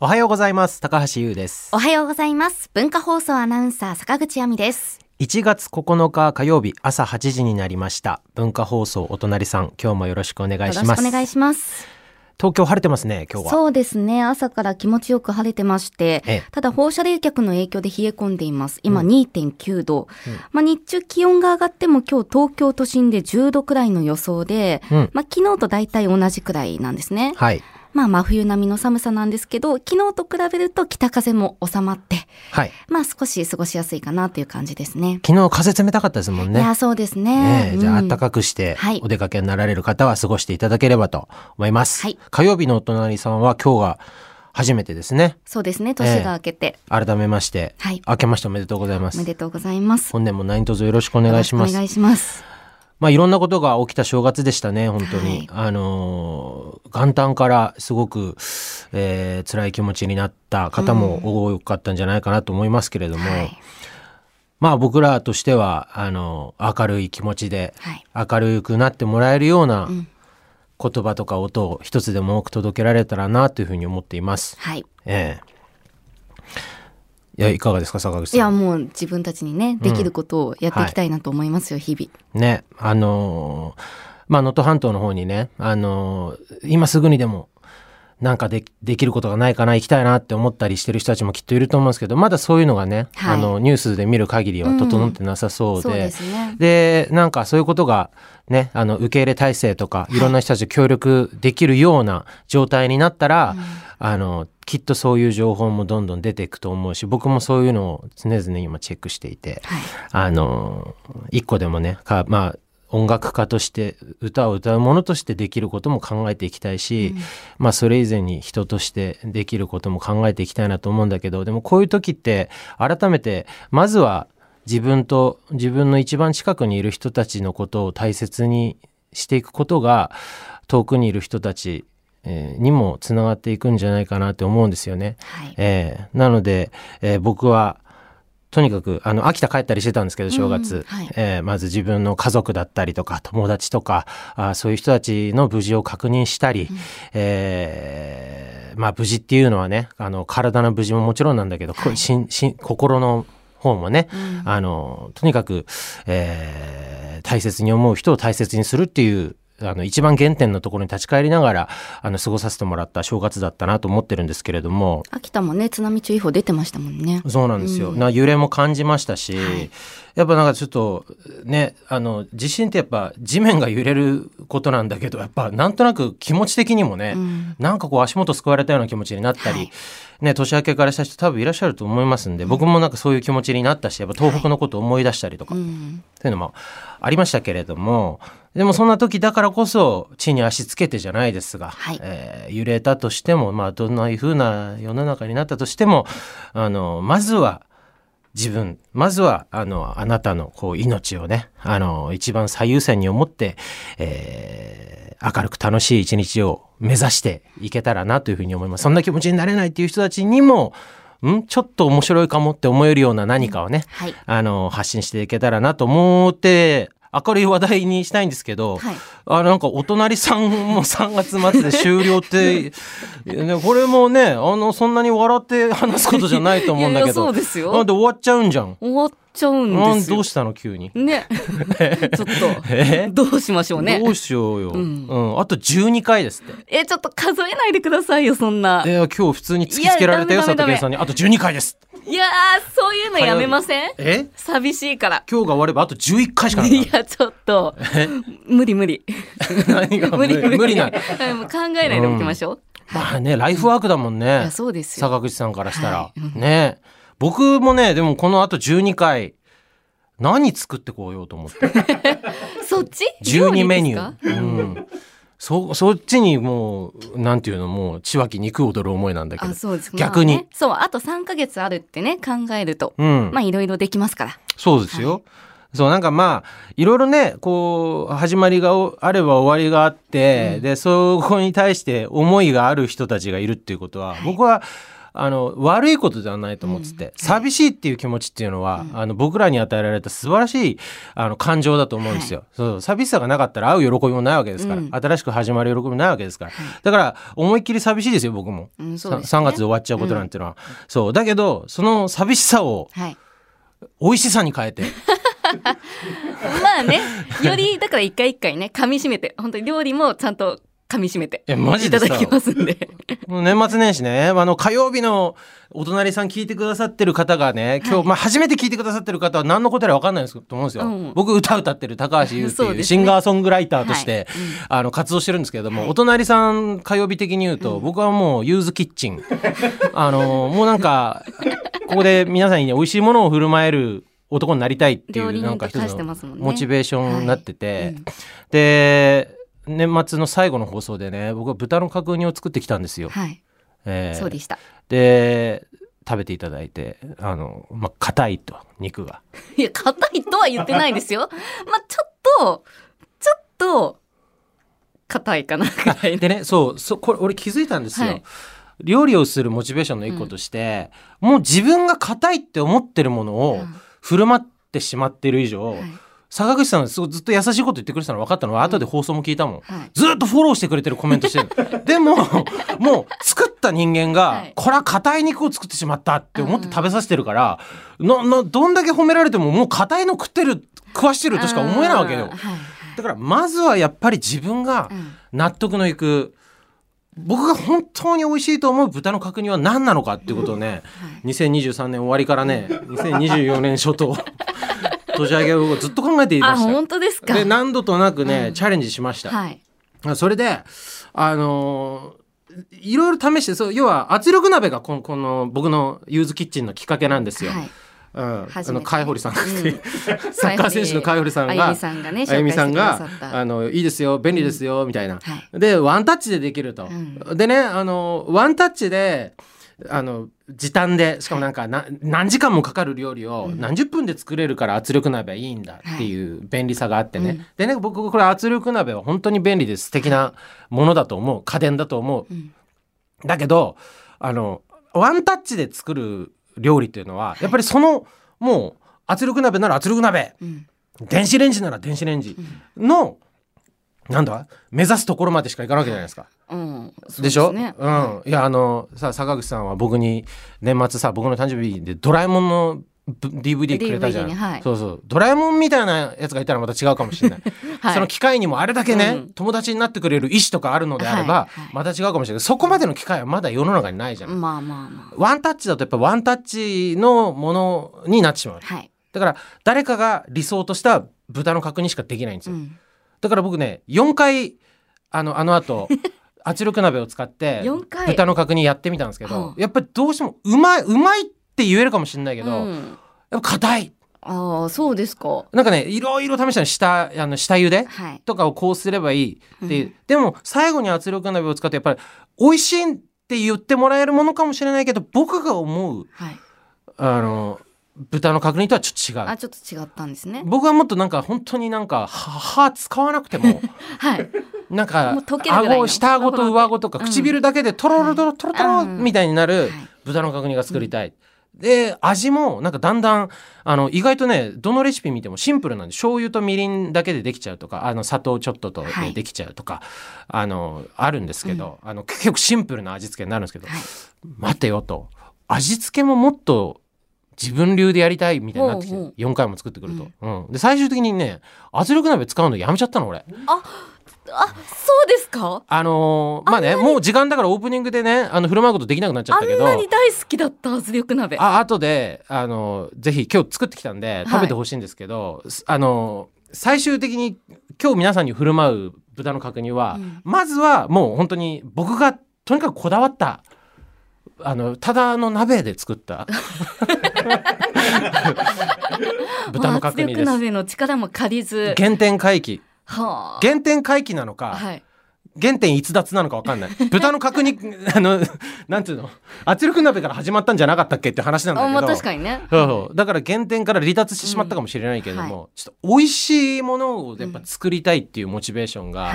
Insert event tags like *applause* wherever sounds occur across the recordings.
おはようございます高橋優ですおはようございます。文化放送アナウンサー坂口亜美です。 1月9日火曜日朝8時になりました文化放送お隣さん今日もよろしくお願いよろししくまおす願いします。東京晴れてますね今日はそうですね。朝から気持ちよく晴れてまして、ええただ放射冷却の影響で冷え込んでいます。今2.9度。まあ日中気温が上がっても今日東京都心で10度くらいの予想で、うんまあ昨日と大体同じくらいなんですね。はいまあ真冬並みの寒さなんですけど、昨日と比べると北風も収まって、はいまあ少し過ごしやすいかなという感じですね。昨日風冷たかったですもんいねや、そうですねね。えじゃあ暖く。かくしてはいお出かけになられる方は過ごしていただければと思います、はい火曜日のお隣さんは今日が初めてですねそうですね。年が明けて。改めまして、はい明けましておめでとうございまおめすでとうございます。本年も何卒よろしくお願いしまおす願いします。まあ、いろんなことが起きた正月でしたね、本当に。はいあのー元旦からすごく、えー辛い気持ちになった方も多かったんじゃないかなと思いますけれども、はい。まあ僕らとしては、あの明るい気持ちで、はい。明るくなってもらえるようなうん言葉とか音を一つでも多く届けられたらなというふうに思っています。はい。ええいや、いかがですか、坂口さん。いや、もう自分たちにね、できることをやっていきたいなと思いますよ、日々。ね、あのーまあ、能登半島の方にね、あのー今すぐにでも、なんかでできることがないかな、行きたいなって思ったりしてる人たちもきっといると思うんですけど、まだそういうのがね、はあいの、ニュースで見る限りは整ってなさそうで、そうですね。で、なんかそういうことがね、あの、受け入れ体制とか、いろんな人たちと協力できるような状態になったら、あの、きっとそういう情報もどんどん出ていくと思うし、僕もそういうのを常々今チェックしていて、はい。あの、一個でもね、か、まあ、音楽家として歌を歌うものとしてできることも考えていきたいし、まあそれ以前に人としてできることも考えていきたいなと思うんだけどでもこういう時って改めてまずは自分と自分の一番近くにいる人たちのことを大切にしていくことが遠くにいる人たちえーにもつながっていくんじゃないかなって思うんですよね。はい。えーなので、えー僕はとにかくあの秋田帰ったりしてたんですけど正月、うんはいえーまず自分の家族だったりとか友達とかあーそういう人たちの無事を確認したり、えーまあ、無事っていうのはねあの体の無事ももちろんなんだけど、こしんしん心の方もね、あのとにかく、えー大切に思う人を大切にするっていうあの一番原点のところに立ち返りながらあの過ごさせてもらった正月だったなと思ってるんですけれども。秋田もね、津波注意報出てましたもんね。そうなんですよ、な揺れも感じましたし、はいやっぱなんかちょっとねあの地震ってやっぱ地面が揺れることなんだけどやっぱなんとなく気持ち的にもね、うんなんかこう足元すくわれたような気持ちになったり、はいね、年明けからした人多分いらっしゃると思いますんで僕もなんかそういう気持ちになったしやっぱ東北のことを思い出したりとか、うん。というのもありましたけれどもでもそんな時だからこそ地に足つけてじゃないですが、はいえー揺れたとしても、まあ、どんな風な世の中になったとしてもあのまずは自分まずはあのあなたのこう命をねあの一番最優先に思って、えー明るく楽しい一日を目指していけたらなというふうに思います。そんな気持ちになれないっていう人たちにもんちょっと面白いかもって思えるような何かをね、はい。あの、発信していけたらなと思って、明るい話題にしたいんですけど、はいあなんかお隣さんも3月末で終了って、 *laughs* ね、これもね、あの、そんなに笑って話すことじゃないと思うんだけど、いやいやそうですよなんで終わっちゃうんじゃん。終わっちゃうんなんですどよう。したの急に。 *laughs* ね。ちょえっと、どうしましょうねど。うしようよ、ううんんあと12回ですって。え、ちょっと数えないでくださいよ、そんな。えー今日普通に突きつけられたよ、いや佐ダ藤メダメ健さんに。あと12回です。いやー、そういうのやめませんえ寂しいから。今日が終わればあと11回しかないからいや、ちょっと、無 *laughs* 理無理。何 *laughs* が無理無理ない。はいもう考えないでおきましょう。まあね、ライフワークだもんいねや、。そうですよ。坂口さんからしたら、はいうんね僕もねでもこのあと12回何作ってこようと思 *laughs* ってそっち料理12ですかメニュー、うん、そそっちにもうなんていうのもう千脇肉踊る思いなんだけどあ、そうです。逆にまあねそう、あと3ヶ月あるってね、考えると。うんまあ、いろいろできますから。そうですよ。そうなんかまあいろいろねこう始まりがおあれば終わりがあって、でそこに対して思いがある人たちがいるっていうことは、僕はあの悪いことではないと思ってて、寂しいっていう気持ちっていうのは、あの僕らに与えられた素晴らしいあの感情だと思うんですよ、そう寂しさがなかったら会う喜びもないわけですから、うん新しく始まる喜びもないわけですから、だから思いっきり寂しいですよ僕も、うんそうさですね3月で終わっちゃうことなんていうのは、そうだけどその寂しさをはい。美味しさに変えてまあね、より、だから一回一回ね、噛み締めて、本当に料理もちゃんと噛み締めて。えマジでさいただきますん *laughs* で。もう年末年始ね、あの、火曜日のお隣さん聞いてくださってる方がね、今日、まあ、初めて聞いてくださってる方は何のことやら分かんないですと思うんですよ。うん僕、歌歌ってる高橋優って *laughs* そいうですうねシンガーソングライターとして、はいうんあの、活動してるんですけれども、はいお隣さん火曜日的に言うと、僕はもう、ユーズキッチン。 *laughs* あの、もうなんか、ここで皆さんにね美味しいものを振る舞える、男になりたいってい料理う、人なんか一と化つしてますものんねモチベーションになってて、はいうんで、年末の最後の放送でね、僕は豚の角煮を作ってきたんですよ。はい。えーそうでした。で食べていただいてあのまあ硬いと肉がいや、硬いとは言ってないですよ。まあ、ちょっと、ちょっと、硬いかな、ぐらいで。でねそうそうこれ俺気づいたんですよ、はい料理をするモチベーションの一個として、もう自分が硬いって思ってるものうをん振る舞ってしまってる以上、はい。坂口さんがすごいずっと優しいこと言ってくれてたの分かったのは後で放送も聞いたもん、はい。ずっとフォローしてくれてるコメントして *laughs* るでももう作った人間が、はいこれは硬い肉を作ってしまったって思って食べさせてるから、ののどんだけ褒められてももう硬いの食ってる食わしてるとしか思えないわけよあーはい。だからまずはやっぱり自分がうん納得のいく、僕が本当に美味しいと思う豚の角煮は何なのかっていうことをね、2023年終わりからね2024年初 *laughs* 頭年明けをずっと考えていまあ、した本当ですか。で何度となくね、うんチャレンジしました、はい。それであのーいろいろ試してそう要は圧力鍋がこのこの僕のユーズキッチンのきっかけなんですよ。はい。うん、あ初めての貝堀さんっていう、 *laughs* ササッカー選手の貝堀さんあゆがみさんがね、あゆみさん紹が介してくださあのいいですよ便利ですよ、みたいなっ、た。はい。でワンタッチでできると、うでねあのワンタッチであの時短でしかもなんかな何時間もかかる料理を何十分で作れるから圧力鍋はいいんだっていう便利さがあってね、うんでね僕これ圧力鍋は本当に便利で素敵なものだと思う家電だと思う、うんだけどあのワンタッチで作る料理っていうのはやっぱりそのもう圧力鍋なら圧力鍋うん。電子レンジなら電子レンジの、なんだ目指すところまでしかいかないわけじゃないですか。うん。そうでしょすねうん。いや、あの、さ、坂口さんは僕に、年末さ、僕の誕生日でドラえもんのぶ DVD くれたじゃ DVD ん。ねはいそうそう。ドラえもんみたいなやつがいたらまた違うかもしれない。はい。その機会にもあれだけね、うん友達になってくれる意思とかあるのであれば、はいはいまた違うかもしれない。そこまでの機会はまだ世の中にないじゃん。まあまあまワンタッチだとやっぱワンタッチのものになってしまうあ。。はい。だから、誰かが理想とした豚の角煮しかできないんですうよ。ん。だから僕ね4回あのあの *laughs* 後圧力鍋を使って四回豚の角煮やってみたんですけど、はあやっぱりどうしてもうまいうまいって言えるかもしれないけど、うやっんぱ硬いああ、そうですか。なんかねいろいろ試したの下あの下茹ではい。とかをこうすればいいっていう、うんでも最後に圧力鍋を使ってやっぱり美味しいって言ってもらえるものかもしれないけど僕が思うはい。あの豚の角煮とはちょっと違あ、う。ちょっと違ったんですね。僕はもっとなんか本当になんか歯歯使わなくてもはい。なんかもう溶けるぐらいの顎下顎と上顎とかうん唇だけでトロロトロトロトロうんみたいになるい豚の角煮が作りたい。で味もなんかだんだんあの意外とねどのレシピ見てもシンプルなんで醤油とみりんだけでできちゃうとかあの砂糖ちょっととではいできちゃうとか、あのあるんですけど、あの結局シンプルな味付けになるんですけど、はい待てよと味付けももっと自分流でやりたいみたいになってきてほうほう4回も作ってくると、うんで最終的にね圧力鍋使うのやめちゃったの俺。あ、そうですか。あのーまあねもう時間だからオープニングでねあの振る舞うことできなくなっちゃっあたけんどなに大好きだった圧力鍋。あ後であのーぜひ今日作ってきたんでい食べてほしいんですけど、すあのー最終的に今日皆さんに振る舞う豚の角煮は、うんまずはもう本当に僕がとにかくこだわったあのただの鍋で作った *laughs* *laughs* 豚の角煮圧で力す。鍋の力も借りず。原点回帰は原点回帰なのか、あ。はい。原点逸脱なのか分かん *laughs* ない豚の角煮 *laughs* あのなんていうの圧力鍋から始まったんじゃなかったっけって話なんだあ、けまどあ、確かにね。そうそうだから原点から離脱してしまったかもしれないけれども、うんは *laughs* ちょっと美味しいものをやっぱ作りたいっていうモチベーションが、はい。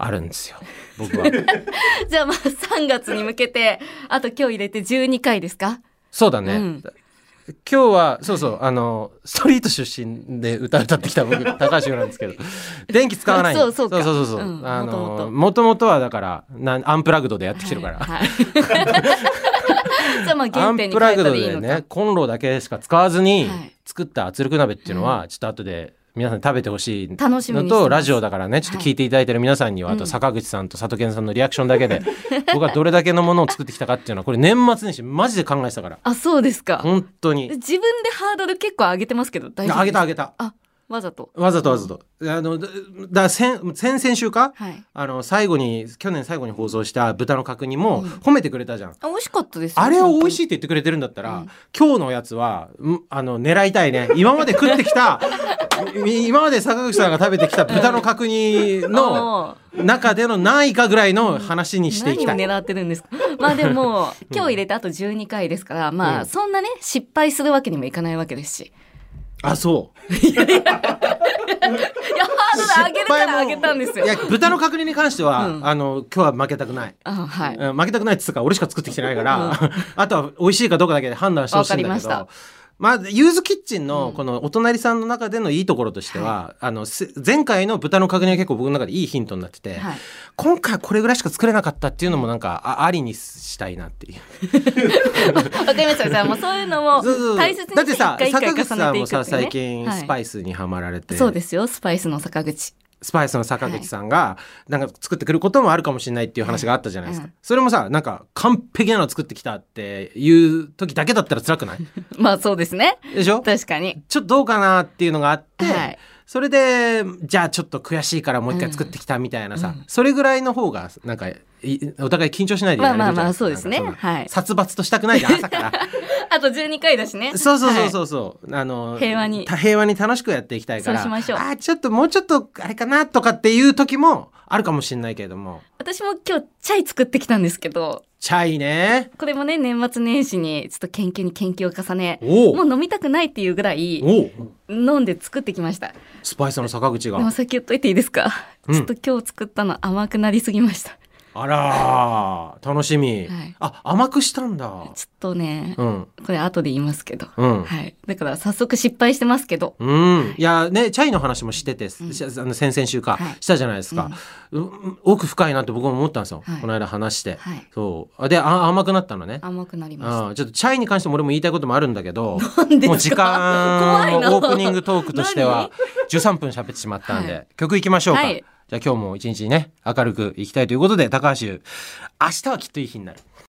あるんですよ僕は *laughs* じゃあまあ3月に向けて、あと今日入れて12回ですかそうだね、うん今日はそうそうあのストリート出身で歌歌ってきた *laughs* 僕高橋優なんですけど電気使わないそうそうそかうそうそうそううんあの元々もともとはだからなんアンプラグドでやってきてるから、はいはい *laughs* じゃあまあア原ン点にプ変ラえグたドでいいでのか。ねコンロだけしか使わずにはい作った圧力鍋っていうのはちょっと後で皆さんに食べてほしい楽しみのにしてとますラジオだからねちょっと聞いていただいてる皆さんにはあと坂口さんと佐藤健さんのリアクションだけ *laughs* で僕はどれだけのものを作ってきたかっていうのはこれ年末年始マジで考えてたからあ、そうですか。本当に自分でハードル結構上げてますけど、大丈夫ですかあげたあげたあ、わざと。わざとわざとあのだだ先先々週かはい。あの最後に去年最後に放送した豚の角煮も褒めてくれたじゃんあ、美味しかったですよ。あれを美味しい。いって言ってくれてるんだったら、うん今日のやつは、うんあの、狙いたいね。今まで食ってきた、 *laughs* み今まで坂口さんが食べてきた豚の角煮のの、中での何位かぐらいの話にしていき何をたい。狙ってるんですか。 *gasps* まあで *laughs* も、今日入れてあと12回ですから、まうんあ、そんなね、失敗するわけにもいかないわけですし。 *laughs* あ、そう。いや、ハードル上げるから上げたんですよい。や、豚の角煮に関しては、うんあの、今日は負けたくない。あ、はい。うん負けたくないっつうか俺しか作ってきてないから、 *laughs* あとは美味しいかどうかだけで判断してほしいんだわかけりどましたまあユーズキッチンのうんこのお隣さんの中でのいいところとしては、あのせ前回の豚の角煮は結構僕の中でいいヒントになってて、はい。今回これぐらいしか作れなかったっていうのもなんかあありにしたいなっていう。わかりました。じゃあもうそういうの *laughs* もそうそう大切にだってしてさ一回坂一回重ねていくって口いうねさんもさ最近はいスパイスにはまられて、そうですよ。スパイスの坂口。 *laughs* スパイスの坂口さんがなんか作ってくることもあるかもしれないっていう話があったじゃないですか、うんそれもさなんか完璧なの作ってきたっていう時だけだったら辛くない *laughs* まあそうですね。で *laughs* しょ確かに。ちょっとどうかなっていうのがあって、はいそれでじゃあちょっと悔しいからもう一回作ってきたみたいなさ、それぐらいの方がなんかいお互い緊張しないでやれるじゃんまあまあまあそうですねなんかそんなはい殺伐としたくないで朝 *laughs* からあと12回だしね。そうそうそうそうそう、あの平和にた平和に楽しくやっていきたいからそうしましょうあちょっともうちょっとあれかなとかっていう時もあるかもしれないけれども私も今日チャイ作ってきたんですけど、チャイねこれもね、年末年始にちょっと研究に研究を重ね、おもおう飲みたくないっていうぐらいおう飲んで作ってきました。スパイスの坂口でもが先言っといていいですか、うんちょっと今日作ったの甘くなりすぎました。あらー楽しみ、はいあ甘くしたんだちょっとね、うんこれ後で言いますけど。うんはい。だから早速失敗してますけど。うん、いやねチャイの話もしてて、しあの先々週か、はいしたじゃないですか、うん奥深いなって僕も思ったんですよ、はいこの間話して、はいそうあであ甘くなったのね甘くなりました。あちょっとチャイに関しても俺も言いたいこともあるんだけ *laughs* どんですかもう時間 *laughs* 怖いなをオープニングトークとしては13分喋ってしまったんで、は曲いきましょうか、はいじゃあ今日も一日ね明るくいきたいということで高橋明日はきっといい日になる